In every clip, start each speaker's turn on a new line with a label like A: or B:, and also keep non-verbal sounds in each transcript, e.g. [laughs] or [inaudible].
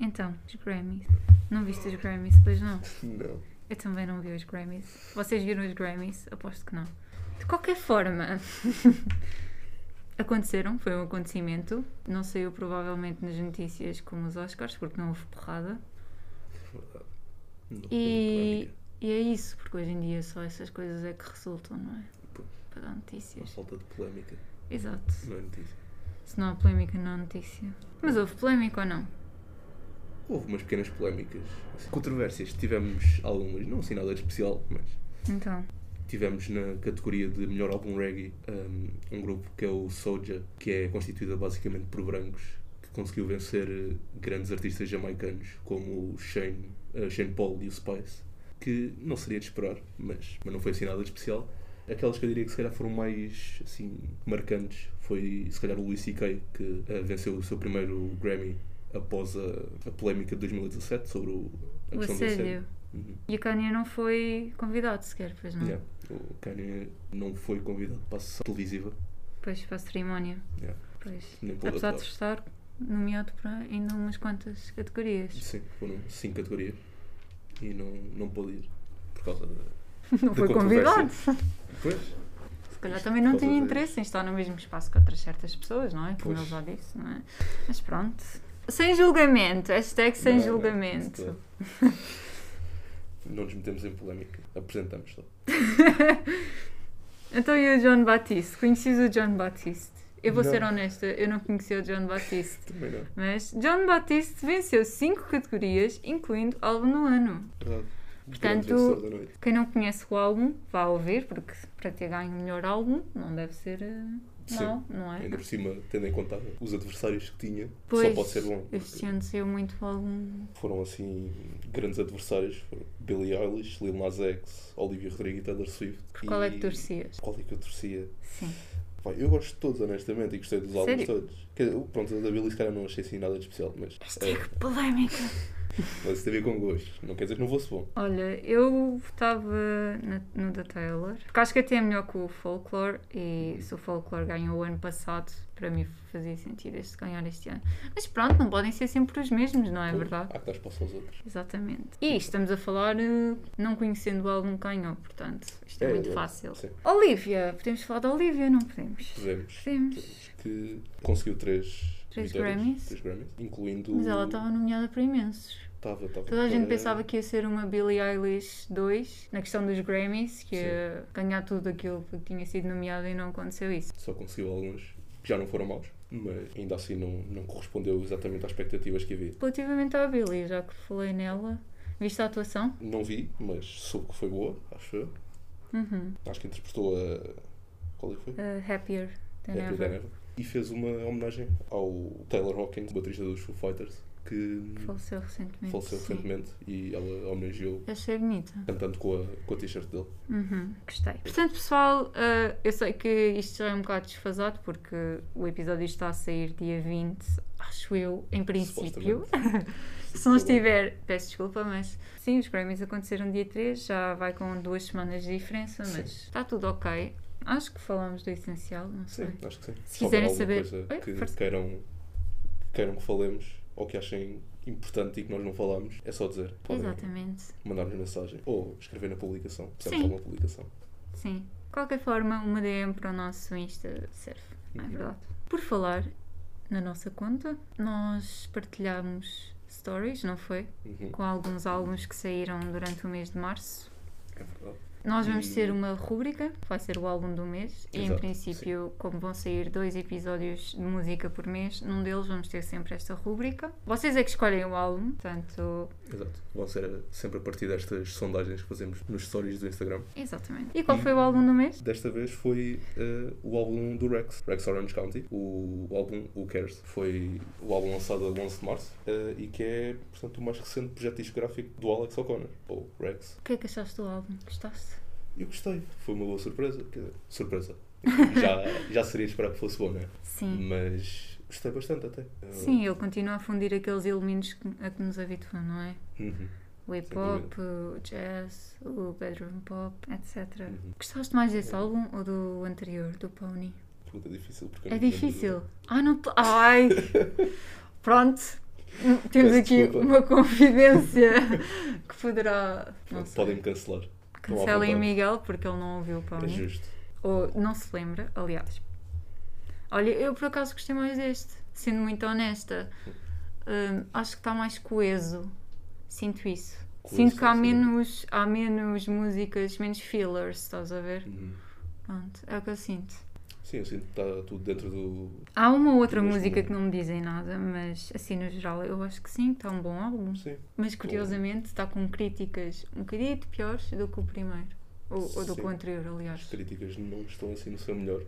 A: Então, os Grammys. Não viste os Grammys, pois não?
B: Não.
A: Eu também não vi os Grammys. Vocês viram os Grammys? Aposto que não. De qualquer forma, [laughs] aconteceram, foi um acontecimento. Não saiu provavelmente nas notícias como os Oscars, porque não houve porrada.
B: não
A: E,
B: polémica.
A: e é isso, porque hoje em dia só essas coisas é que resultam, não é?
B: Pois.
A: Para dar
B: Uma
A: notícias.
B: falta de polémica.
A: Exato.
B: Não é notícia.
A: Se não há polémica, não há notícia. Mas houve polémica ou não?
B: Houve umas pequenas polémicas. assim, Controvérsias. Tivemos algumas, não assim nada de especial, mas
A: Então,
B: tivemos na categoria de melhor álbum reggae um, um grupo que é o Soulja, que é constituída basicamente por brancos, que conseguiu vencer eh, grandes artistas jamaicanos como o Shane, eh, Shane Paul e o Spice, que não seria de esperar, mas, mas não foi assim nada de especial. Aquelas que eu diria que se calhar foram mais assim, marcantes foi se calhar o Louis C.K. que eh, venceu o seu primeiro Grammy após a, a polémica de 2017 sobre o, a
A: o
B: questão do assédio.
A: assédio.
B: Uhum.
A: E a Kanye não foi convidado sequer, pois não?
B: Yeah. O Kanye não foi convidado para a sessão televisiva,
A: Pois, para a cerimónia.
B: Yeah.
A: Pois.
B: nem pôde
A: Apesar
B: atuar.
A: de estar nomeado para ainda umas quantas categorias.
B: Sim, foram cinco categorias e não, não pôde ir por causa da.
A: Não
B: De
A: foi convidado.
B: Pois?
A: Se calhar também não
B: Por causa
A: tinha
B: de-
A: interesse em estar no mesmo espaço que outras certas pessoas, não é? Como
B: Pois.
A: ele já disse, não é? Mas pronto. Sem julgamento. Hashtag sem
B: Não, não,
A: julgamento.
B: isso tudo. Não nos metemos em polémica, apresentamos só.
A: Então e o John Batiste? Conheces o John Batiste? Eu vou
B: Não.
A: ser honesta, eu não conhecia o John Batiste.
B: Também não, é
A: Mas John Batiste venceu 5 categorias, incluindo álbum do ano.
B: verdade.
A: Portanto-
B: Grande vencedor da noite.
A: Quem não conhece o álbum, vá ouvir, porque para ter ganho o melhor álbum, não deve ser eh,
B: Sim.
A: mau, não é?
B: Ainda por cima, tendo em conta os adversários que tinha, só
A: Pois,
B: pode ser bom.
A: Este
B: porque
A: ano saiu muito álbum.
B: Foram assim grandes adversários: foram Billie Eilish, Lil Nas X, Olivia Rodrigo e Taylor Swift.
A: Por qual é que
B: E-
A: torcias?
B: Qual é que eu torcia?
A: Sim.
B: Pá, eu gosto de todos, honestamente, e gostei dos álbuns
A: Sério?
B: todos. Quer dizer, pronto, a da Billie, se calhar, não achei assim nada de especial, mas. é,
A: Hashtag polémica.
B: Mas isso tem a ver com gosto. Não quer dizer que não fosse bom.
A: Olha, eu votava na- no da Taylor, porque acho que até é melhor que o Folklore, e se o Folklore ganhou o ano passado, para mim fazia sentido este ganhar este ano. Mas pronto, não podem ser sempre os mesmos, não é
B: Pois,
A: verdade?
B: Há que dar espaço aos outros.
A: Exatamente. E estamos a falar eh, não conhecendo o álbum canhão, portanto, isto é,
B: É,
A: muito
B: é,
A: fácil.
B: sim.
A: Olivia, podemos falar da Olivia, não podemos?
B: Podemos.
A: Podemos.
B: Podemos. Que conseguiu três,
A: Três
B: vitórias,
A: Grammys.
B: Três Grammys. Incluindo.
A: Mas ela estava nomeada para imensos.
B: Estava, estava.
A: Toda a gente
B: para-
A: pensava que ia ser uma Billie Eilish 2, na questão dos Grammys, que ia ganhar tudo aquilo que tinha sido nomeado e não aconteceu isso.
B: Só conseguiu alguns que já não foram maus, mas ainda assim não, não correspondeu exatamente às expectativas que havia.
A: Relativamente à Billie, já que falei nela, viste a atuação?
B: Não vi, mas soube que foi boa, acho eu.
A: Uhum.
B: Acho que interpretou a. Qual é que foi?
A: Uh, happier than
B: Happy
A: ever.
B: Than Ever. É, E fez uma homenagem ao Taylor Hawkins, baterista dos Foo Fighters, que
A: Faleceu recentemente.
B: faleceu
A: sim.
B: recentemente e ela homenageou
A: Achei bonita.
B: cantando com a, com a t-shirt dele.
A: Uhum, gostei. Portanto, pessoal, ah, eu sei que isto já é um bocado desfasado porque o episódio está a sair dia 20, acho eu, em princípio. [laughs] Se não estiver, peço desculpa, mas sim, os Grammys aconteceram dia 3, já vai com duas semanas de diferença,
B: Sim.
A: mas está tudo ok. Acho que falamos do essencial, não sei.
B: Sim, acho que sim.
A: Se
B: houver
A: quiserem
B: alguma
A: saber-
B: coisa
A: Oi,
B: que
A: força.
B: queiram, que queiram que falemos ou que achem importante e que nós não falámos, é só dizer. Podem
A: Exatamente.
B: mandar-nos mensagem ou escrever na publicação. Precisamos
A: Sim.
B: de alguma publicação.
A: Sim. De qualquer forma, uma DM para o nosso Insta serve. É
B: Uhum.
A: verdade. Por falar na nossa conta, nós partilhámos stories, não foi?
B: Uhum.
A: com alguns álbuns que saíram durante o mês de março.
B: É verdade.
A: Nós vamos
B: E-
A: ter uma rúbrica, que vai ser o álbum do mês, e em
B: Exato,
A: princípio, como vão sair dois episódios de música por mês, num deles vamos ter sempre esta rúbrica. Vocês é que escolhem o álbum, portanto,
B: Exato. Vão ser eh, sempre a partir destas sondagens que fazemos nos stories do Instagram.
A: exatamente. E qual
B: E-
A: foi o álbum do mês?
B: Desta vez foi eh, o álbum do Rex, Rex Orange County, o álbum Who Cares. Foi o álbum lançado a 11 de março eh, e que é, portanto, o mais recente projeto discográfico do Alex O'Connor, ou Rex.
A: O que é que achaste do álbum? Gostaste?
B: Eu gostei, foi uma boa surpresa. Quer dizer,
A: [laughs]
B: surpresa. já, já seria de esperar que fosse bom, né?
A: Sim.
B: Mas gostei bastante até. Eh,
A: Hum. Sim, ele continua a fundir aqueles elementos que- a que nos habituam, não é?
B: uhum.
A: O hip hop, o jazz, o bedroom pop, etc.
B: Uhum.
A: Gostaste mais desse álbum ou do anterior, do Pony?
B: Pergunta difícil porque eu
A: É
B: não me lembro do- [laughs]
A: difícil. Ah, não. te- Ai! Pronto. Temos
B: Peço
A: aqui
B: desculpa.
A: uma confidência [laughs] que poderá. Não sei.
B: Podem-me cancelar. Estão à
A: Cancelem o
B: vontade.
A: Miguel porque ele não ouviu para
B: É
A: mim.
B: justo.
A: Ou não se lembra, aliás. Olha, eu por acaso gostei mais deste, sendo muito honesta. Hum, acho que está mais coeso. Sinto isso.
B: Coeso,
A: Sinto que há
B: sim.
A: menos, há menos músicas, menos fillers, estás a ver?
B: Uhum.
A: Pronto, é o que eu sinto.
B: Sim, eu sinto que está tudo dentro do.
A: Há uma outra
B: Mesmo.
A: música que não me dizem nada, mas assim no geral eu acho que sim, está um bom álbum.
B: Sim.
A: Mas curiosamente está com críticas um bocadinho piores do que o primeiro. Ou, ou do que o
B: Sim.
A: anterior, aliás. Ah,
B: As críticas não estão assim no seu melhor,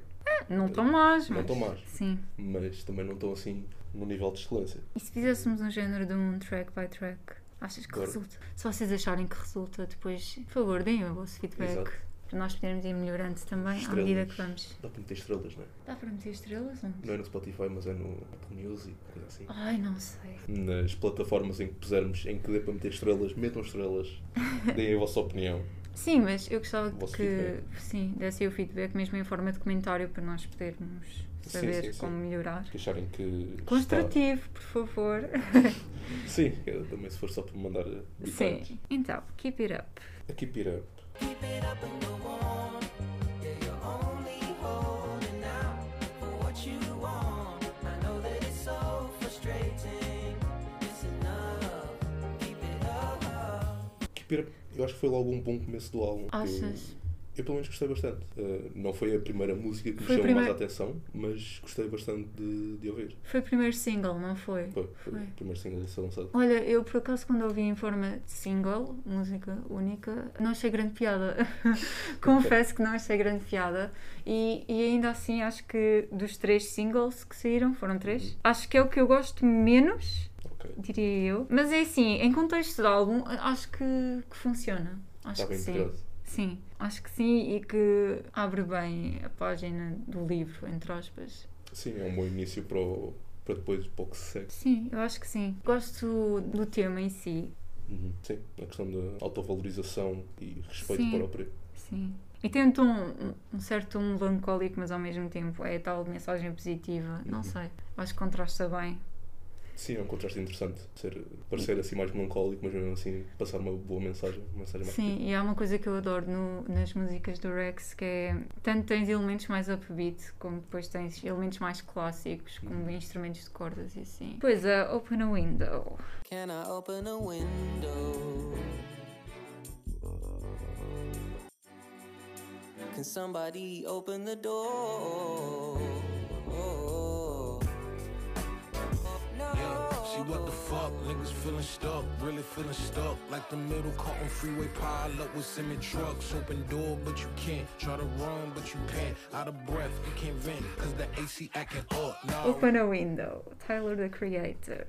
A: Não estão más,
B: Não
A: mas.
B: estão más.
A: Sim.
B: mas também não estão assim num nível de excelência.
A: E se fizéssemos um género de um track by track, achas que
B: Claro.
A: resulta? Se vocês acharem que resulta, depois, por favor, deem o vosso feedback.
B: Exato.
A: Para nós podermos ir melhorando também à
B: Estrelas.
A: medida que vamos.
B: Dá para meter estrelas, não é?
A: Dá para meter estrelas? Não?
B: Não é no Spotify, mas é no Apple Music, coisa assim.
A: Ai, não sei.
B: Nas plataformas em que pusermos, em que dê para meter estrelas,
A: [laughs]
B: metam estrelas, deem a vossa opinião.
A: Sim, mas eu gostava
B: O vosso
A: que sim, dessem o feedback mesmo em forma de comentário para nós podermos
B: Sim,
A: saber
B: sim, sim.
A: como melhorar.
B: Se acharem que.
A: Construtivo, por favor.
B: Está... Sim, eu também se for só para me mandar. bitanas.
A: Sim. Então, keep it up.
B: Aqui pira.
C: Keep it up and go on. Yeah, you're only holding out for what you want. I know that it's so frustrating. It's enough. Keep it up.
B: Aqui pira, eu acho que foi logo um bom começo do álbum.
A: Ah,
B: que eu-
A: Achas?
B: Eu pelo menos gostei bastante. Uh, não foi a primeira música que me
A: Foi a
B: chamou mais
A: primeira-
B: a atenção, mas gostei bastante de, de ouvir.
A: Foi o primeiro single, não foi?
B: Foi, foi
A: Foi.
B: o primeiro single a ser lançado.
A: Olha, eu por acaso quando ouvi em forma de single, música única, não achei grande piada. [laughs] Confesso que não achei grande piada. E, e ainda assim acho que dos três singles que saíram, foram três, acho que é o que eu gosto menos,
B: Uhum. Ok.
A: diria eu. Mas é assim, em contexto de álbum, acho que, que funciona. Acho que
B: Está Tá bem
A: sim.
B: integrado.
A: Sim, acho que sim e que abre bem a página do livro, entre aspas.
B: Sim, é um bom início para, o- para depois pouco se segue.
A: Sim, eu acho que sim. Gosto do tema em si,
B: Sim, a questão da autovalorização e respeito
A: Sim.
B: próprio.
A: Sim. E tem um tom, um- um certo tom melancólico, mas ao mesmo tempo é tal mensagem positiva. Não
B: Uhum.
A: sei. Acho que contrasta bem.
B: Sim, é um contraste interessante. Ser, parecer assim mais melancólico, mas mesmo assim passar uma boa mensagem. Uma mensagem mais
A: Sim, e há uma coisa que eu adoro no- nas músicas do Rex que é tanto tens elementos mais upbeat, como depois tens elementos mais clássicos, como instrumentos de cordas e assim. Pois a Open a Window.
C: Can I open a window? Can somebody open the door? No.
D: Yeah, see what the fuck, niggas feeling stuck, really feeling stuck. Like the middle Carlton freeway pile up with semi trucks. Open door, but you can't. Try to run, but you can't. Out of breath, you can't vent, cause the AC acting up. Nah,
A: Open a Window, Tyler the Creator.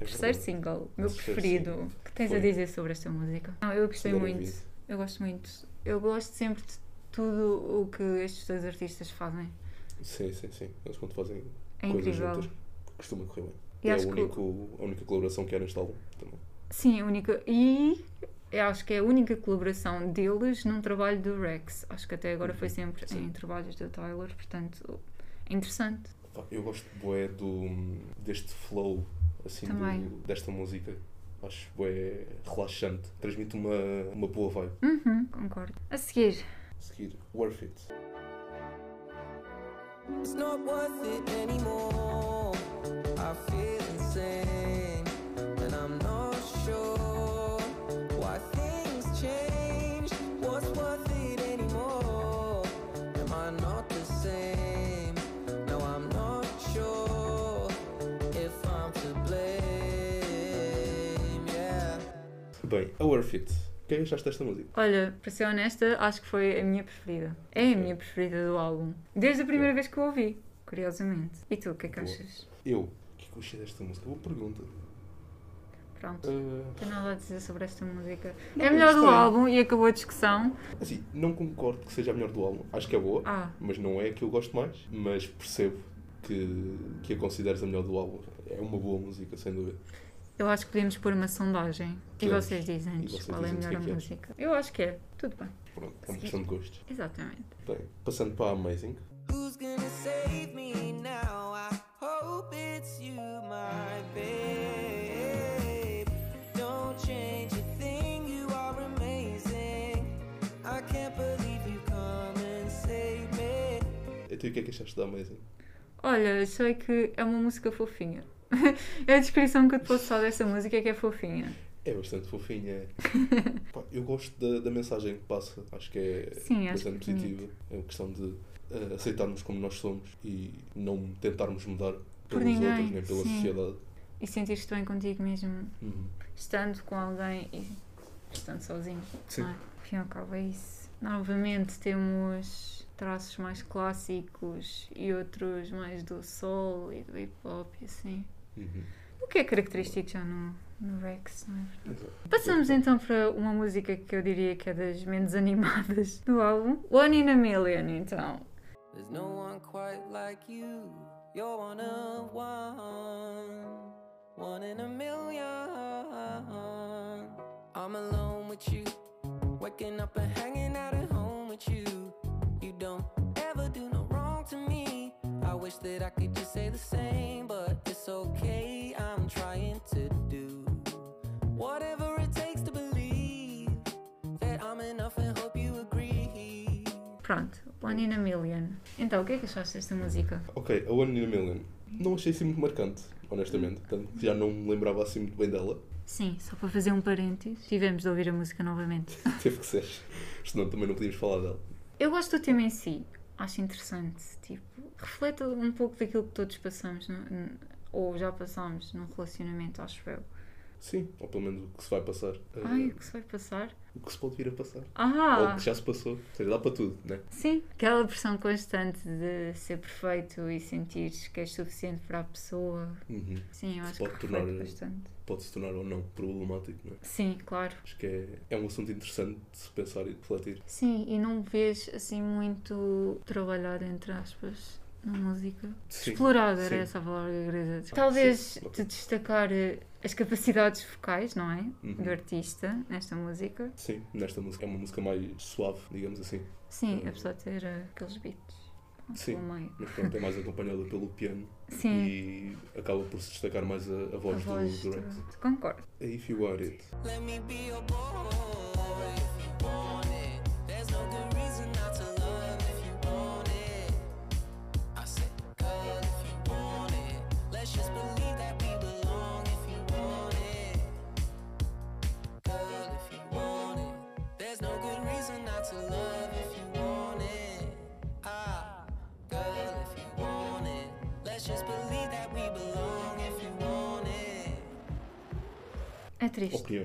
B: É
A: Terceiro
B: verdade.
A: single, meu
B: Terceiro
A: preferido.
B: single.
A: O que tens
B: Foi.
A: a dizer sobre esta música? Não, eu gostei
B: Ainda não
A: muito.
B: vi.
A: Eu gosto muito. Eu gosto sempre de tudo o que estes dois artistas fazem.
B: Sim, sim, sim. Eles quando fazem
A: É
B: coisas
A: incrível.
B: juntas, costuma correr bem.
A: E
B: é
A: acho
B: o
A: que o-
B: único- a única colaboração que há neste álbum também.
A: Sim, a única. E eu acho que é a única colaboração deles num trabalho do Rex. Acho que até agora foi
B: Uhum.
A: sempre em trabalhos do Tyler, portanto, é interessante.
B: Pá, Eu gosto bué do, deste flow assim do-
A: Também.
B: desta música. Acho bué relaxante. Transmite uma, uma boa vibe.
A: Uhum, concordo. A seguir,
B: A Seguir, worth it.
C: It's not worth it anymore. I feel insane, and I'm not sure why things change. What's worth it anymore? Am I not the same? No, I'm not sure if I'm to blame. Yeah.
B: Bem, a worth it. O que é que achaste desta música?
A: olha, para ser honesta, acho que foi a minha preferida. É a minha preferida do álbum. Desde a primeira vez que eu ouvi, curiosamente. E tu, o que é que
B: Boa.
A: achas?
B: Eu, o que é que eu achei desta música? Boa pergunta.
A: Pronto.
B: Ah,
A: tenho nada a dizer sobre esta música.
B: Não,
A: é a
B: eu
A: melhor do
B: gostei.
A: álbum e acabou a discussão.
B: assim, não concordo que seja a melhor do álbum. Acho que é boa,
A: Ah.
B: mas não é a que eu gosto mais. Mas percebo que, que a consideres a melhor do álbum. É uma boa música, sem dúvida.
A: Eu acho que podemos pôr uma sondagem e
B: Podemos.
A: vocês
B: E
A: dizem-nos
B: vocês
A: qual é a
B: dizem-nos
A: melhor
B: o que é que
A: música. Eu acho que é. Tudo bem.
B: Pronto, é uma questão de gostos.
A: Exatamente.
B: Bem, passando para a Amazing.
C: Who's gonna save me now? I hope it's you, my babe.
B: tu o que é que achaste da Amazing?
A: Olha, achei que é uma música fofinha. [laughs] é a descrição que eu te posso dar dessa música é que é fofinha.
B: É bastante
A: [laughs]
B: fofinha. Pá, eu gosto da, da mensagem que passa. Acho que é
A: Sim, acho
B: bastante
A: que é bonito.
B: positiva. É uma questão de eh, aceitarmos como nós somos e não tentarmos mudar
A: Por
B: pelos
A: ninguém,
B: outros nem pela
A: sim.
B: sociedade.
A: E sentiste bem contigo mesmo,
B: Uhum.
A: estando com alguém e estando sozinho.
B: Sim.
A: Não é? Ao fim e ao cabo é isso. Novamente temos traços mais clássicos e outros mais do soul e do hip hop e assim.
B: Uhum.
A: O que é característico já no, no Rex, não é?
B: Exato.
A: Passamos então para uma música que eu diria que é das menos [laughs] animadas do álbum. One in a Million, então.
C: There's no one quite like you. You're one of one, one in a million. I'm alone with you, waking up and hanging out at home with you. You don't ever do no wrong to me. I wish that I could just say the same, but it's okay. I'm trying to do whatever it takes to believe that I'm enough and hope you agree.
A: Pronto, One in a Million. Então, o que é que achaste desta música?
B: Ok, a One in a Million. Não achei assim muito marcante, honestamente. Portanto, já não me lembrava assim muito bem dela. [laughs]
A: Sim, só para fazer um parênteses, tivemos de ouvir a música novamente.
B: Teve que ser. Senão também não podíamos falar dela.
A: Eu gosto do tema em si, acho interessante, tipo, reflete um pouco daquilo que todos passamos, não- n- ou já passámos num relacionamento, acho eu.
B: Sim, ou pelo menos o que se vai passar. eh,
A: Ai, o que se vai passar?
B: O que se pode vir a passar. Ou o
A: Ah!
B: que já se passou. Ou seja, dá para tudo, né?
A: Sim, aquela pressão constante de ser perfeito e sentir que és suficiente para a pessoa.
B: Uhum.
A: Sim, eu
B: Se
A: acho que
B: pode tornar- um
A: reflete bastante.
B: Pode se tornar ou não problemático, né?
A: Sim, claro.
B: Acho que é, é um assunto interessante de se pensar e de refletir.
A: Sim, e não vês assim muito trabalhado, entre aspas, na música.
B: Sim.
A: Explorado era
B: Sim.
A: essa a palavra é que eu queria dizer. Talvez
B: sim.
A: de destacar eh, as capacidades vocais, não é?
B: Uhum.
A: Do artista nesta música.
B: Sim, nesta música é uma música mais suave, digamos assim.
A: Sim,
B: Uhum.
A: apesar de ter eh, aqueles beats.
B: Sim.
A: pelo meio.
B: Mas pronto, é mais [laughs] acompanhada pelo piano
A: Sim,
B: e acaba por se destacar mais a, a
A: a
B: voz,
A: voz
B: do, do
A: do...
B: Rex.
A: Concordo.
B: A É If You Want It.
C: Let me be your boy. If you want it, there's no good reason not to love if you want it. I said, girl, if you want it, let's just believe that we belong if you want it. Girl, if you want it, there's no good reason not to love if you want it. Ah, girl, if you want it, let's just believe that we belong if you want it.
A: É triste. [laughs]
B: Opinião.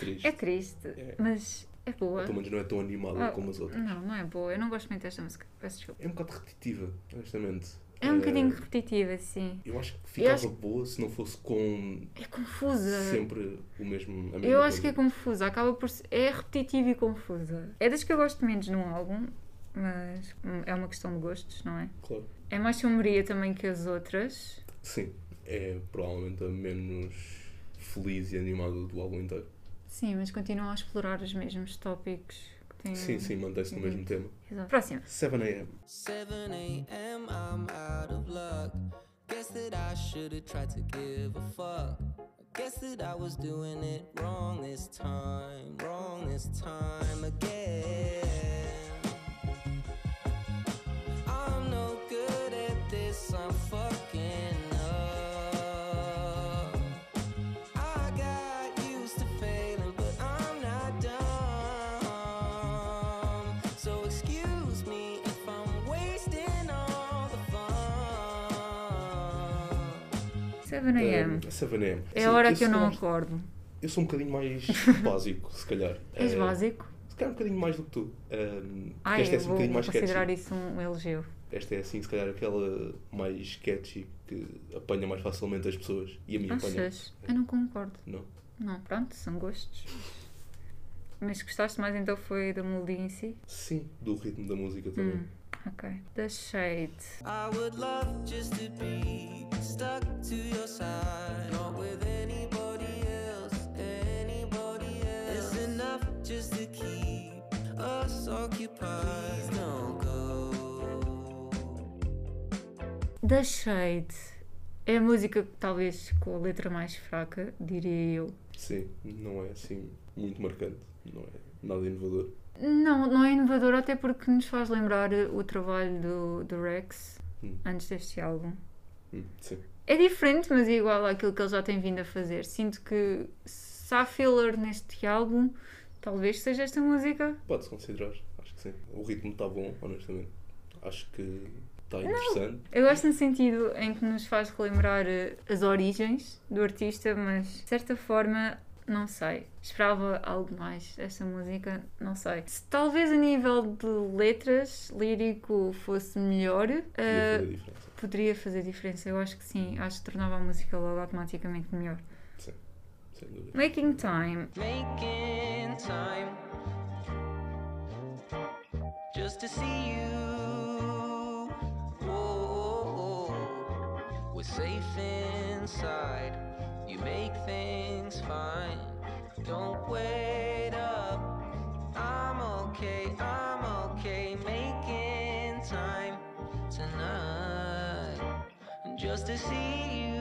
B: Triste.
A: É triste,
B: É.
A: mas é boa.
B: Pelo menos não é tão animada
A: Ah,
B: como as outras.
A: Não, não é boa. Eu não gosto muito desta música. Peço desculpa.
B: É um bocado repetitiva, honestamente.
A: É um
B: Eh,
A: bocadinho repetitiva, sim.
B: Eu acho que ficava
A: acho-
B: boa se não fosse com
A: É confusa.
B: sempre o mesmo. A mesma
A: Eu acho que é
B: coisa.
A: confusa, acaba por ser, é repetitiva e confusa. É das que eu gosto menos num álbum, mas hum, é uma questão de gostos, não é?
B: Claro.
A: É mais sombria também que as outras.
B: Sim. É provavelmente a menos feliz e animada do álbum inteiro.
A: Sim, mas continuam a explorar os mesmos tópicos que têm.
B: Sim, sim, mantém-se no
A: Uhum.
B: mesmo tema.
A: Exato. Próxima.
B: 7 a.m.
C: 7 a.m. I'm out of luck. Guess that I should have tried to give a fuck. Guess that I was doing it wrong this time, wrong this time again. I'm no good at this, I'm fucking up. I got used to failing, but I'm not dumb. So excuse me if I'm wasting all the fun.
A: 7am.
B: Um, 7 a.m.
A: É
B: Sim,
A: a hora
B: eu
A: que eu
B: sou- um
A: não acordo.
B: Eu sou um
A: [laughs]
B: bocadinho mais básico, se calhar.
A: És
B: Eh,
A: básico?
B: Se calhar um bocadinho mais do que tu. Um, porque
A: Ai,
B: esta
A: eu
B: é assim um
A: vou,
B: bocadinho
A: vou
B: mais
A: considerar
B: catchy.
A: isso um elogio.
B: Esta é assim, se calhar, aquela mais catchy que apanha mais facilmente as pessoas. E a mim apanha.
A: Achas? Eu não concordo.
B: Não.
A: Não, pronto, são gostos. Mas gostaste mais então foi da melodia em si?
B: Sim, do ritmo da música também.
A: Hum. Ok. The Shade.
C: I would love just to be stuck to your side, not with anybody else, anybody else. It's enough just to keep us occupied. Please don't go.
A: The Shade é a música talvez com a letra mais fraca, diria eu.
B: Sim, não é assim muito marcante. não é nada inovador.
A: Não, não é inovador, até porque nos faz lembrar o trabalho do, do Rex
B: Hum.
A: antes deste álbum.
B: Hum, sim.
A: É diferente, mas é igual àquilo que ele já tem vindo a fazer. Sinto que se há filler neste álbum, talvez seja esta música.
B: Pode-se considerar, acho que sim. O ritmo está bom, honestamente. Acho que está interessante.
A: Eu gosto no sentido em que nos faz relembrar eh, as origens do artista, mas de certa forma, não sei. Esperava algo mais desta música, não sei. Se talvez a nível de letras, lírico fosse melhor,
B: Podia
A: eh,
B: fazer diferença.
A: poderia fazer diferença. Eu acho que sim, acho que tornava a música logo automaticamente melhor.
B: Sem dúvida.
A: Making Time.
C: making time just to see you. Whoa, we're safe inside. You make things fine. Don't wait up. I'm okay. I'm okay. Making time tonight just to see you.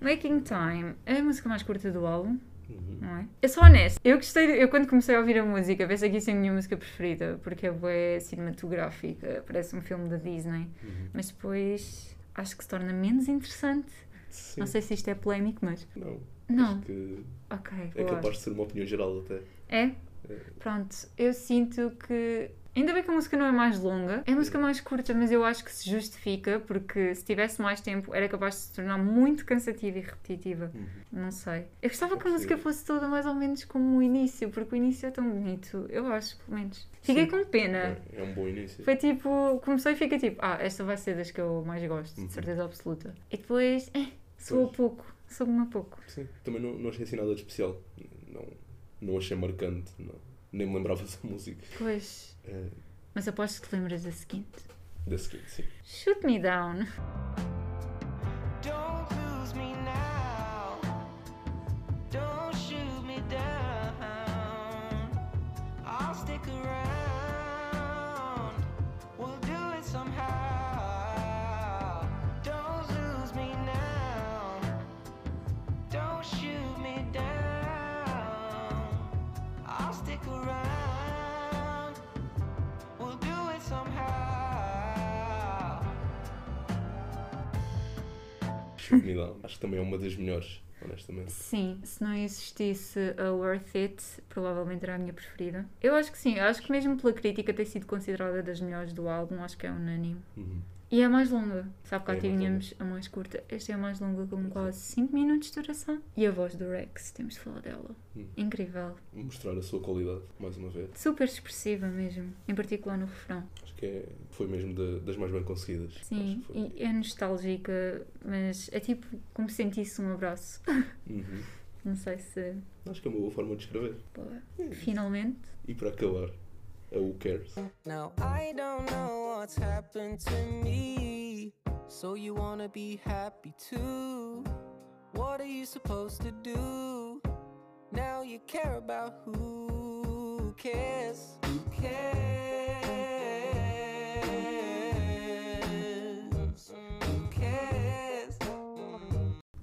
A: Making Time é a música mais curta do álbum,
B: Uhum.
A: não é? Eu sou honesta, eu gostei, eu quando comecei a ouvir a música, pensei que isso é a minha música preferida, porque é bué cinematográfica, parece um filme da Disney,
B: Uhum.
A: mas depois acho que se torna menos interessante.
B: Sim.
A: Não sei se isto é polémico, mas.
B: Não.
A: Não,
B: Acho que
A: ok,
B: é
A: boa.
B: capaz de ser uma opinião geral até.
A: É?
B: É.
A: Pronto, eu sinto que. Ainda bem que a música não é mais longa, é a música mais curta, mas eu acho que se justifica, porque se tivesse mais tempo era capaz de se tornar muito cansativa e repetitiva.
B: Uhum.
A: Não sei. Eu gostava que a
B: Sim.
A: música fosse toda mais ou menos como o início, porque o início é tão bonito, eu acho, pelo menos. Fiquei com pena.
B: É, é um bom início.
A: Foi tipo, comecei e fiquei tipo, ah, esta vai ser das que eu mais gosto,
B: Uhum.
A: de certeza absoluta. E depois, eh, soa
B: Pois.
A: pouco, soube-me a pouco.
B: Sim. Também não, não achei assim nada de especial. Não, não achei marcante. Não. Nem me lembrava [laughs] essa música.
A: Pois,
B: É,
A: mas aposto que te lembras da seguinte.
B: da seguinte, sim.
A: Shoot me down.
C: Don't lose me now. Don't shoot me down. I'll stick around. We'll do it somehow. Don't lose me now. Don't shoot me down. I'll stick around. We'll do it somehow.
B: Shoot Me Down. Acho que também é uma das melhores, honestamente.
A: Sim, se não existisse a Worth It, provavelmente era a minha preferida. Eu acho que sim, eu acho que mesmo pela crítica ter sido considerada das melhores do álbum, acho que é unânime.
B: Uhum.
A: E é a mais longa. Sabe que
B: É
A: cá
B: a mais
A: tínhamos a mais curta, esta é a mais longa com quase 5 minutos de duração. E a voz do Rex, temos de falar dela.
B: Hum.
A: Incrível.
B: Mostrar a sua qualidade, mais uma vez.
A: Super expressiva mesmo, em particular no refrão.
B: Acho que é, foi mesmo da- das mais bem conseguidas. Acho
A: Sim,
B: que foi.
A: e é nostálgica, mas é tipo como se sentisse um abraço.
B: Uhum.
A: Não sei se.
B: Acho que é uma boa forma de escrever.
A: Boa.
B: É
A: Finalmente.
B: E para acabar, a Who Cares.
C: Now I don't know what's happened to me. So you wanna be happy too? What are you supposed to do? Now you care about who cares? Who cares? Who cares?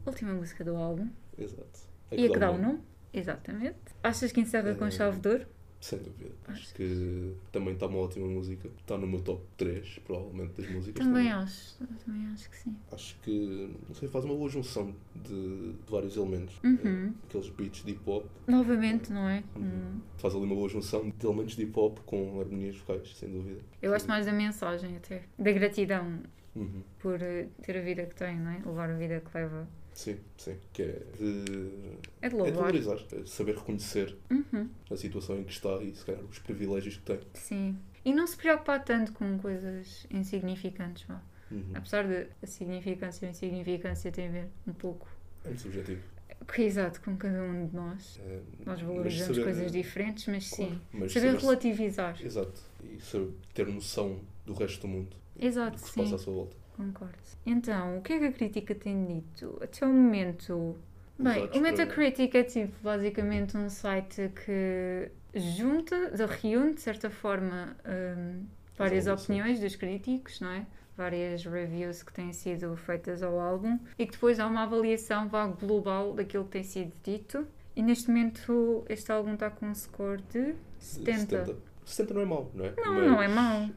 A: Última música do álbum.
B: Exato.
A: E a que dá o
B: um
A: nome? Exatamente. Achas que encerra com chave de ouro?
B: Sem dúvida.
A: Acho
B: Acho que também está uma ótima música. Está no meu top 3, provavelmente, das músicas.
A: Também acho. Eu Também acho que sim.
B: Acho que, não sei, faz uma boa junção de, de vários elementos.
A: Uhum.
B: Eh, Aqueles beats de hip hop.
A: Novamente, não é? Hum.
B: Faz ali uma boa junção de elementos de hip hop com harmonias vocais, sem dúvida.
A: Eu gosto mais da mensagem até. Da gratidão
B: Uhum.
A: por eh, ter a vida que tem, não é? Levar a vida que leva.
B: Sim, sim. Que é de.
A: É de
B: É de
A: louvar.
B: valorizar, é saber reconhecer
A: Uhum.
B: a situação em que está e, se calhar, os privilégios que tem.
A: Sim. E não se preocupar tanto com coisas insignificantes, vá.
B: Uhum.
A: Apesar de a significância e a insignificância têm a ver um pouco.
B: É muito subjetivo.
A: com- Exato, com cada um de nós.
B: Eh,
A: Nós
B: mas
A: valorizamos
B: saber- eh,
A: coisas diferentes, mas
B: Claro,
A: sim.
B: mas
A: Saber
B: saber-
A: relativizar.
B: Exato. E saber ter noção do resto do mundo.
A: Exato,
B: do que se
A: sim.
B: passa à sua volta.
A: Concordo. Então, o que é que a crítica tem dito? Até o momento. Bem,
B: Exato,
A: o Metacritic é tipo basicamente um site que junta, de- reúne de certa forma hum, várias
B: Exato, sim.
A: opiniões dos críticos, não é? Várias reviews que têm sido feitas ao álbum e que depois há uma avaliação vá global daquilo que tem sido dito. E neste momento este álbum está com um score de 70.
B: 70. 70 não é mau, não é?
A: Não, não é mau.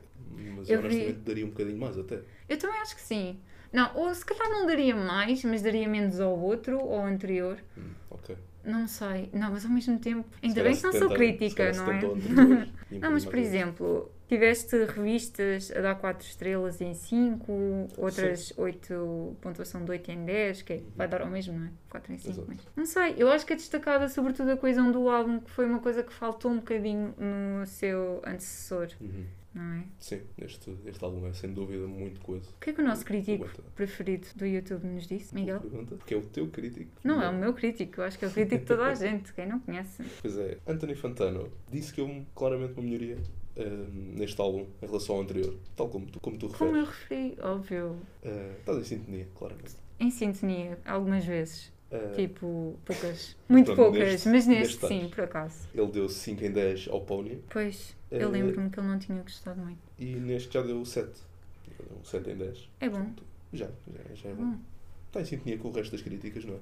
B: Mas
A: Eu
B: eu
A: vi-
B: honestamente daria um bocadinho mais até.
A: Eu também acho que sim. Não, ou se calhar não daria mais, mas daria menos ao outro ou ao anterior.
B: Hum, ok.
A: Não sei. Não, mas ao mesmo tempo.
B: Se
A: Ainda
B: calhar
A: bem que não sou
B: 70,
A: crítica,
B: se
A: não é?
B: calhar
A: [laughs]
B: 70 ou anteriores, e um
A: Não, mas por
B: bocadinho mais
A: exemplo, tiveste revistas a dar 4 estrelas em 5, outras 8, pontuação de 8 em 10, que é- vai dar ao mesmo, não é? 4 em 5,
B: Uhum. Exato.
A: mas... Não sei, eu acho que é destacada sobretudo a coesão do álbum, que foi uma coisa que faltou um bocadinho no seu antecessor,
B: Uhum.
A: não é?
B: Sim, este, este álbum é sem dúvida muito coisa.
A: O que é que o nosso crítico
B: Aguenta.
A: preferido do YouTube nos disse, Miguel?
B: Pergunta, Porque é o teu crítico.
A: Não, é o meu crítico, eu acho que é o crítico de toda
B: [laughs]
A: a gente, quem não conhece.
B: Pois é, Anthony Fantano disse que eu claramente uma melhoria hum, neste álbum em relação ao anterior, tal como tu, como tu
A: Como eu
B: referes.
A: referi, óbvio,
B: Ah, estás em sintonia, claramente.
A: em sintonia, algumas vezes.
B: Ah,
A: Tipo, poucas. Muito
B: Pronto,
A: poucas,
B: neste-
A: mas
B: neste
A: neste sim,
B: estás.
A: por acaso.
B: Ele deu 5 em 10 ao Pony
A: Pois,
B: Eh,
A: eu lembro-me que ele não tinha gostado muito.
B: e neste já deu 7. Já deu um 7 em 10.
A: É bom.
B: Já, já, já é bom.
A: Bom,
B: Está em sintonia com o resto das críticas, não é?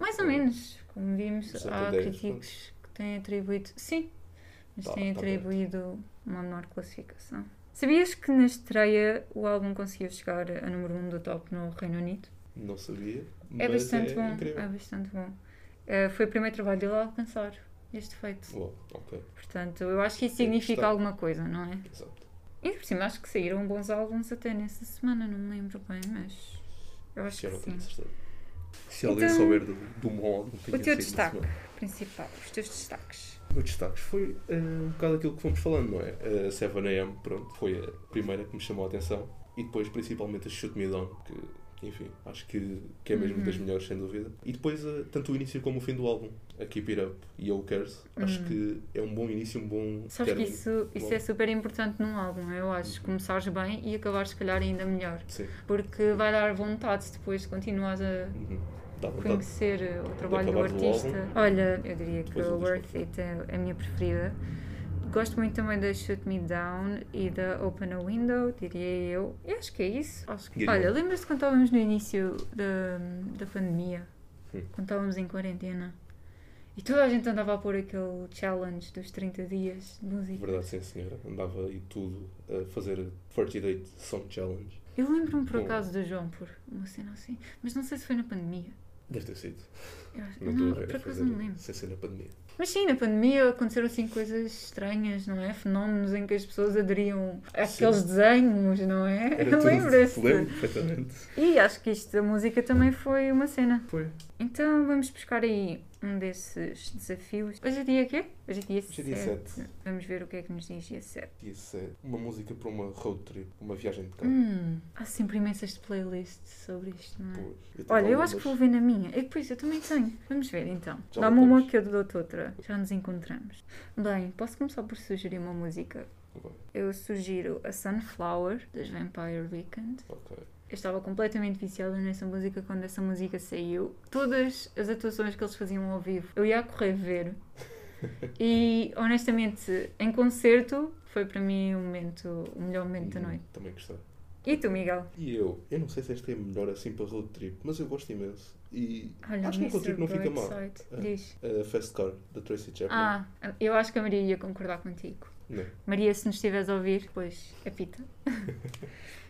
A: Mais ou menos, como vimos,
B: Sete
A: há
B: ou dez,
A: críticos que têm atribuído. Sim, mas
B: Tá-
A: têm
B: tá
A: atribuído uma menor classificação. Sabias que na estreia o álbum conseguiu chegar a número 1 um do top no Reino Unido?
B: Não sabia.
A: É
B: mas
A: bastante
B: é
A: bom,
B: Incrível.
A: é bastante bom. Eh, foi o primeiro trabalho dele a alcançar este feito.
B: Uau, ok,
A: Portanto, eu acho que isso
B: Tem que
A: significa
B: estar.
A: alguma coisa, não é?
B: exato.
A: E por cima acho que saíram bons álbuns até nessa semana, não me lembro bem, mas eu acho
B: Já
A: que
B: não tenho
A: sim.
B: certeza. Se alguém
A: Então,
B: souber do, do modo,
A: O teu destaque principal, os teus destaques.
B: Os meus destaques foi eh, um bocado aquilo que fomos falando, não é? A 7am, pronto, foi a primeira que me chamou a atenção. E depois, principalmente, a Shoot Me Down, que, enfim, acho que, que é mesmo
A: Uhum.
B: das melhores, sem dúvida. E depois, eh, tanto o início como o fim do álbum, a Keep It Up e a Who Cares, acho
A: Hum.
B: que é um bom início, um bom
A: Sabes que
B: término.
A: isso, isso é super importante num álbum, eu acho.
B: Uhum.
A: Começares bem e acabares, se calhar, ainda melhor.
B: Sim,
A: Porque vai dar vontade depois de continuares a
B: uhum. dá vontade.
A: conhecer eh, o trabalho do
B: acabares o
A: artista.
B: álbum.
A: Olha, eu diria que
B: Depois
A: o
B: outras
A: Worth It é a minha preferida. Gosto muito também da Shoot Me Down e da Open a Window, diria eu. E acho que é isso. Acho que...
B: Diria.
A: Olha, lembras-te quando estávamos no início da, da pandemia?
B: Hum.
A: Quando estávamos em quarentena? E toda a gente andava a pôr aquele challenge dos 30 dias de música.
B: Verdade, sim, senhora. Andava e tudo a fazer 30 Day Song Challenge.
A: Eu lembro-me por
B: Bom.
A: acaso do João por uma cena assim, mas não sei se foi na pandemia.
B: Deve ter sido.
A: Eu acho-
B: Não
A: não,
B: estou a ver.
A: por
B: a
A: acaso
B: fazer
A: não me lembro.
B: Sem ser
A: [laughs]
B: na pandemia.
A: Mas sim, na pandemia aconteceram assim coisas estranhas, não é? Fenómenos em que as pessoas aderiam àqueles
B: Sim.
A: desenhos, não é? [laughs]
B: Era tudo.
A: Lembra-se?
B: Lembro perfeitamente.
A: E acho que isto da música também foi uma cena.
B: Foi.
A: Então vamos buscar aí um desses desafios. Hoje é dia quê? Hoje é dia 7.
B: Hoje é dia sete.
A: Vamos ver o que é que nos diz dia 7.
B: Isso é uma música para uma road trip, uma viagem de carro.
A: Hum, há sempre imensas playlists sobre isto, não é?
B: Pois, Tipo, tenho
A: Olha, eu
B: algumas.
A: acho que vou ver na minha. E depois eu também tenho. Vamos ver então.
B: Já
A: Dá-me uma
B: voltamos.
A: que eu dou-te outra. Já nos encontramos. Bem, posso começar por sugerir uma música?
B: Vai,
A: Eu sugiro a Sunflower, dos Vampire Weekend.
B: ok.
A: Eu estava completamente viciada nessa música quando essa música saiu. Todas as atuações que eles faziam ao vivo, eu ia a correr
B: [laughs]
A: ver. E honestamente, em concerto, foi para mim o momento, o melhor momento da
B: Hum,
A: noite.
B: Também gostei.
A: E tu, Miguel?
B: E eu, eu não sei se esta é melhor assim para road trip, mas eu gosto imenso. E
A: Olha,
B: acho que um road
A: Mr.
B: trip não fica mal.
A: Brightside.
B: Ah.
A: Diz.
B: A Fast Car, da Tracy Chapman.
A: Ah, eu acho que a Maria ia concordar contigo.
B: Não.
A: Maria, se nos estiveres a ouvir, pois
B: [laughs]
A: apita.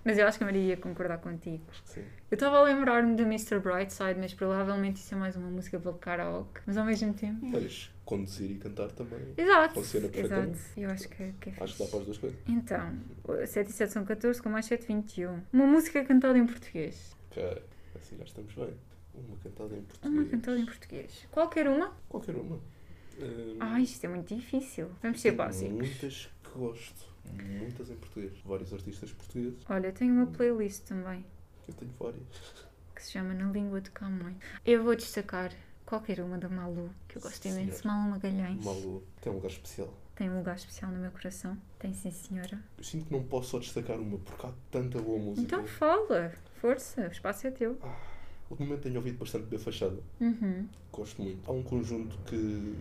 A: mas eu acho que a Maria ia concordar contigo.
B: Sim.
A: Eu estava a lembrar-me do Mr. Brightside, mas provavelmente isso é mais uma música para o karaoke, mas ao mesmo tempo.
B: Mas conduzir e cantar também.
A: Exato!
B: Funciona
A: Exato.
B: é perfeitamente.
A: Eu acho que, que é
B: Acho que dá
A: fixe.
B: para as duas coisas.
A: Então, 7 e 7 são 14, com mais 7, 21. Uma música cantada em português.
B: Ok, assim já estamos bem. Uma cantada em português.
A: Uma cantada em português. Qualquer uma?
B: Qualquer uma. Hum,
A: Ai, é isto é muito difícil. Vamos ser
B: tem
A: básicos.
B: Muitas que gosto. Muitas em português. Vários artistas portugueses.
A: Olha, tenho uma playlist também.
B: Eu tenho várias.
A: que se chama Na Língua de Camões. Eu vou destacar qualquer uma da Malu, que eu gosto
B: Sim,
A: imenso.
B: senhora.
A: Malu Magalhães
B: Malu tem um lugar especial.
A: tem um lugar especial no meu coração. Tem sim, senhora.
B: Eu sinto que não posso só destacar uma, porque há tanta boa música.
A: Então fala, força, o espaço é teu.
B: Ultimamente tenho ouvido bastante da Fachada.
A: Uhum.
B: Gosto muito. Há um conjunto que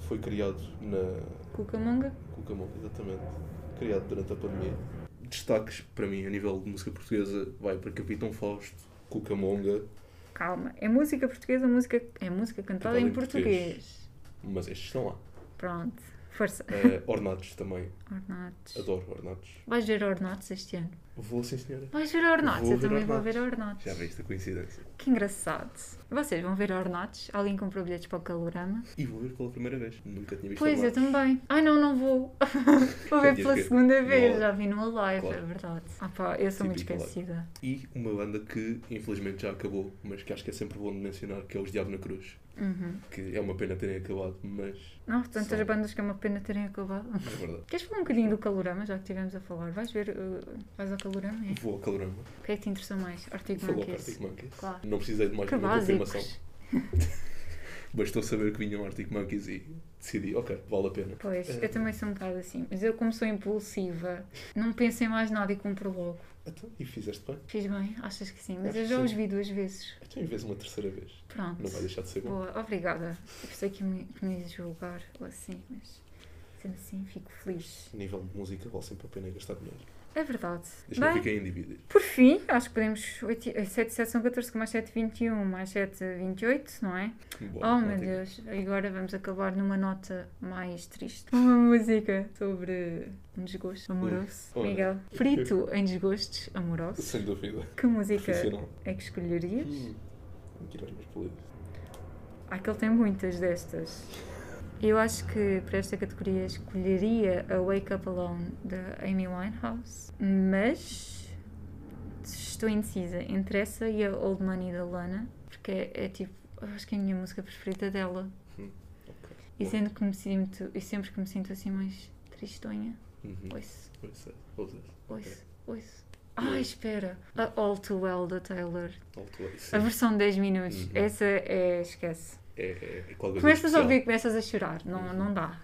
B: foi criado na
A: Cucamonga.
B: Cucamon, exatamente. Criado durante a pandemia. Destaques para mim a nível de música portuguesa vai para Capitão Fausto, Cucamonga,
A: Calma, é música portuguesa, música, é música cantada
B: Cantada
A: em
B: em
A: português.
B: Mas estes estão lá.
A: Pronto, força. [laughs]
B: Eh, ornados também.
A: Ornatos.
B: Adoro ornados.
A: Vais ver Ornatos este ano?
B: Vou, sim, senhora.
A: Vais ver Ornatos,
B: Vou
A: eu
B: ver
A: também vou
B: Ornatos.
A: ver Ornatos.
B: Já viste a coincidência.
A: Que engraçado. Vocês vão ver Ornatos? Alguém comprou bilhetes para o Calorama?
B: E vou ver pela primeira vez. Nunca tinha visto
A: Pois, eu
B: ornados.
A: também. Ai não, não
B: [laughs]
A: vou. vou ver
B: Tinhas
A: pela
B: que-
A: segunda
B: no
A: vez,
B: live.
A: já vi no live, é
B: Claro.
A: verdade. Ah pá, eu sou muito
B: Típico live.
A: esquecida.
B: E uma banda que infelizmente já acabou, mas que acho que é sempre bom de mencionar, que é Os Diabo na Cruz.
A: Uhum.
B: Que é uma pena terem acabado, mas
A: Não, tantas
B: São-
A: bandas que é uma pena terem acabado.
B: é verdade.
A: Queres falar um bocadinho do Calorama, já que estivemos a falar? Vais ver, uh, vais ao Calorama, é?
B: Vou ao calorama.
A: O que é que te interessou mais? Arctic
B: Falou para Arctic
A: Monkeys.
B: Monkeys.
A: Claro.
B: Não precisei de mais
A: Que
B: nenhuma confirmação.
A: básicos.
B: Bastou saber que vinham Arctic Monkeys e decidi, ok, vale a pena.
A: Pois,
B: Eh,
A: eu também sou um bocado assim. Mas eu, como sou impulsiva, não penso em mais nada e compro logo.
B: Então, e fizeste bem?
A: Fiz bem? Achas que sim? Mas
B: Acho
A: eu
B: que
A: já os
B: sim.
A: vi duas vezes.
B: Então, em vez de uma terceira vez,
A: Pronto.
B: não vai deixar de ser bom.
A: Boa, obrigada. Eu sei que me, que me ias julgar ou assim, mas sendo assim fico feliz.
B: A nível de música, vale sempre a pena gastar dinheiro.
A: É verdade.
B: Deixa eu
A: Bem,
B: ficar em dívidas.
A: por fim, acho que podemos. 8, 7, 7 são 14, com mais 7, 21, mais 7, 28, não é?
B: Boa,
A: Oh meu
B: ótimo.
A: Deus, agora vamos acabar numa nota mais triste. Uma música sobre um desgosto amoroso.
B: Ui, olha.
A: Miguel, perito em desgostos amorosos.
B: Sem dúvida.
A: Que música
B: Profissional.
A: é que escolherias?
B: Hum. Vou tirar os meus palitos.
A: Ah, que ele tem muitas destas. Eu acho que para esta categoria escolheria a Wake Up Alone da Amy Winehouse, mas estou indecisa entre essa e a Old Money da Lana, porque é, é tipo, eu acho que é a minha música preferida dela.
B: Hum, Ok.
A: E
B: Bom.
A: sendo que me sinto, e sempre que me sinto assim mais tristonha,
B: Uhum.
A: ouço,
B: Pois é, pois é.
A: ouço, ouço. Ai, espera! A All Too Well da Taylor.
B: Alto aí, sim.
A: A versão de 10 minutos.
B: Uhum.
A: Essa é. esquece.
B: É, é, é qualquer
A: Começas a
B: coisa
A: ouvir,
B: especial.
A: começas a chorar. Não,
B: Uhum.
A: não dá.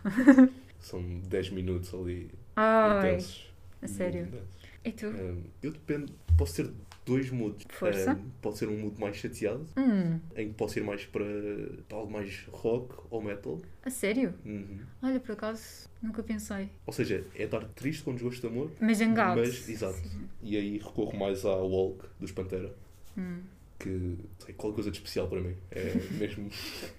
B: São 10 minutos ali
A: Ai,
B: intensos.
A: a sério.
B: Muito intensos.
A: E tu?
B: Um, eu dependo, posso ter dois moods.
A: Força.
B: Um, pode ser um mood mais chateado,
A: Hum,
B: em que posso ir mais para, para algo mais rock ou metal.
A: a sério?
B: Uhum.
A: Olha, por acaso, nunca pensei.
B: Ou seja, é estar triste com desgosto de amor.
A: Mas jangado.
B: Mas, exato.
A: Sim.
B: E aí recorro mais à Walk dos Pantera.
A: Hum.
B: Que sei, qualquer coisa de especial para mim.
A: [laughs]
B: É mesmo.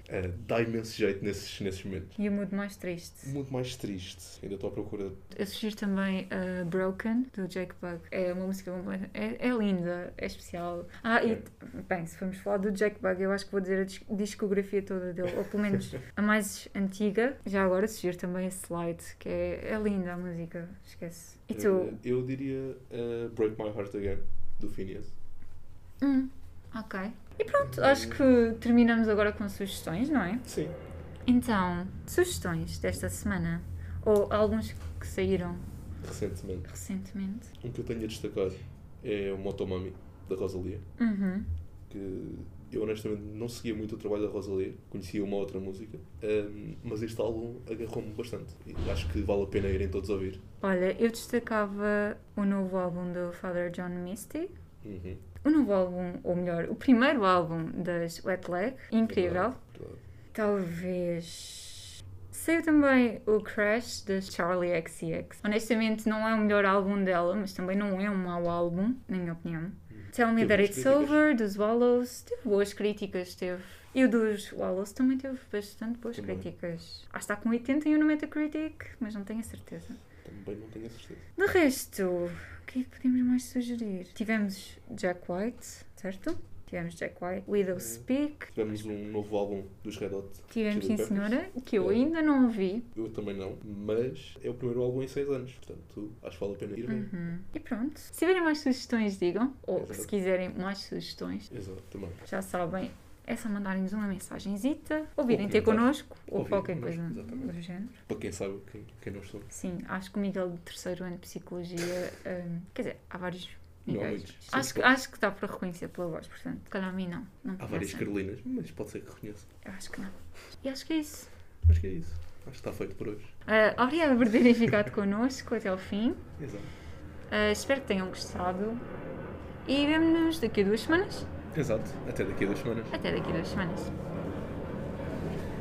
B: é, dá imenso jeito nesses, nesses momentos.
A: E o mood mais triste.
B: Muito mais triste. Ainda estou à procura.
A: Eu sugiro também a Broken, do Jack Buck. É uma música completa. É, é linda, é especial. Ah, e,
B: É.
A: bem, se formos falar do Jack Buck, eu acho que vou dizer a dis- discografia toda dele, ou pelo menos a mais antiga. Já agora sugiro também a Slide, que é, é linda a música, esquece.
B: É
A: E tu?
B: Eh, Eu, eu diria uh, Break My Heart Again, do Phineas.
A: Hum, ok. E pronto, acho que terminamos agora com sugestões, não é?
B: Sim.
A: Então, sugestões desta semana, ou alguns que saíram
B: Recentemente.
A: recentemente.
B: Um que eu tenho a destacar é o Motomami, da Rosalia.
A: Uhum.
B: que eu honestamente não seguia muito o trabalho da Rosalia, conhecia uma outra música, ahm, mas este álbum agarrou-me bastante e acho que vale a pena irem todos ouvir.
A: Olha, eu destacava o novo álbum do Father John Misty.
B: Uhum.
A: O novo álbum, ou melhor, o primeiro álbum das Wet Leg, incrível.
B: É Verdade, verdade.
A: Talvez. Saiu também o Crash de Charlie XCX. Honestamente, não é o melhor álbum dela, mas também não é um mau álbum, na minha opinião. Tell Me
B: Uhum. Teve
A: That
B: boas
A: It's
B: críticas.
A: Over, dos Wallows, teve boas críticas, teve. E o dos Wallows também teve bastante boas
B: Também.
A: críticas. Acho que está com 81 no Metacritic, mas não tenho a certeza.
B: Também não tenho a certeza.
A: De resto, o que é que podemos mais sugerir? Tivemos Jack White, certo? Tivemos Jack White,
B: É.
A: Widow Speak,
B: Tivemos um novo álbum dos Red Hot.
A: tivemos
B: Chili
A: Sim
B: Peppers.
A: Senhora, que eu
B: Eh,
A: ainda não ouvi.
B: Eu também não, mas é o primeiro álbum em 6 anos, portanto acho que vale a pena ir ver.
A: Uhum. E pronto. Se tiverem mais sugestões, digam. Ou
B: Exato.
A: se quiserem mais sugestões,
B: Exato, também.
A: já sabem. É só mandarem-nos uma mensagenzita, ou virem ter
B: comentar.
A: connosco, ou
B: Ou vir
A: qualquer
B: connosco,
A: coisa
B: exatamente.
A: do género.
B: Para quem sabe quem, quem nós somos.
A: Sim, acho que o Miguel do terceiro ano de psicologia. hum, quer dizer, há vários
B: Não há
A: níveis.
B: muitos. Sim,
A: acho, que, acho que dá para reconhecer pela voz, portanto. Se calhar a mim não. não
B: Há várias
A: conhecem.
B: Carolinas, mas pode ser que reconheça.
A: Eu acho que não. E acho que é isso.
B: Acho que é isso. Acho que está feito por hoje.
A: Ah, obrigada por terem ficado connosco até ao fim.
B: Exato.
A: Ah, espero que tenham gostado. E vemo-nos daqui a duas semanas.
B: Exato. Até daqui a duas semanas.
A: Até daqui a duas semanas.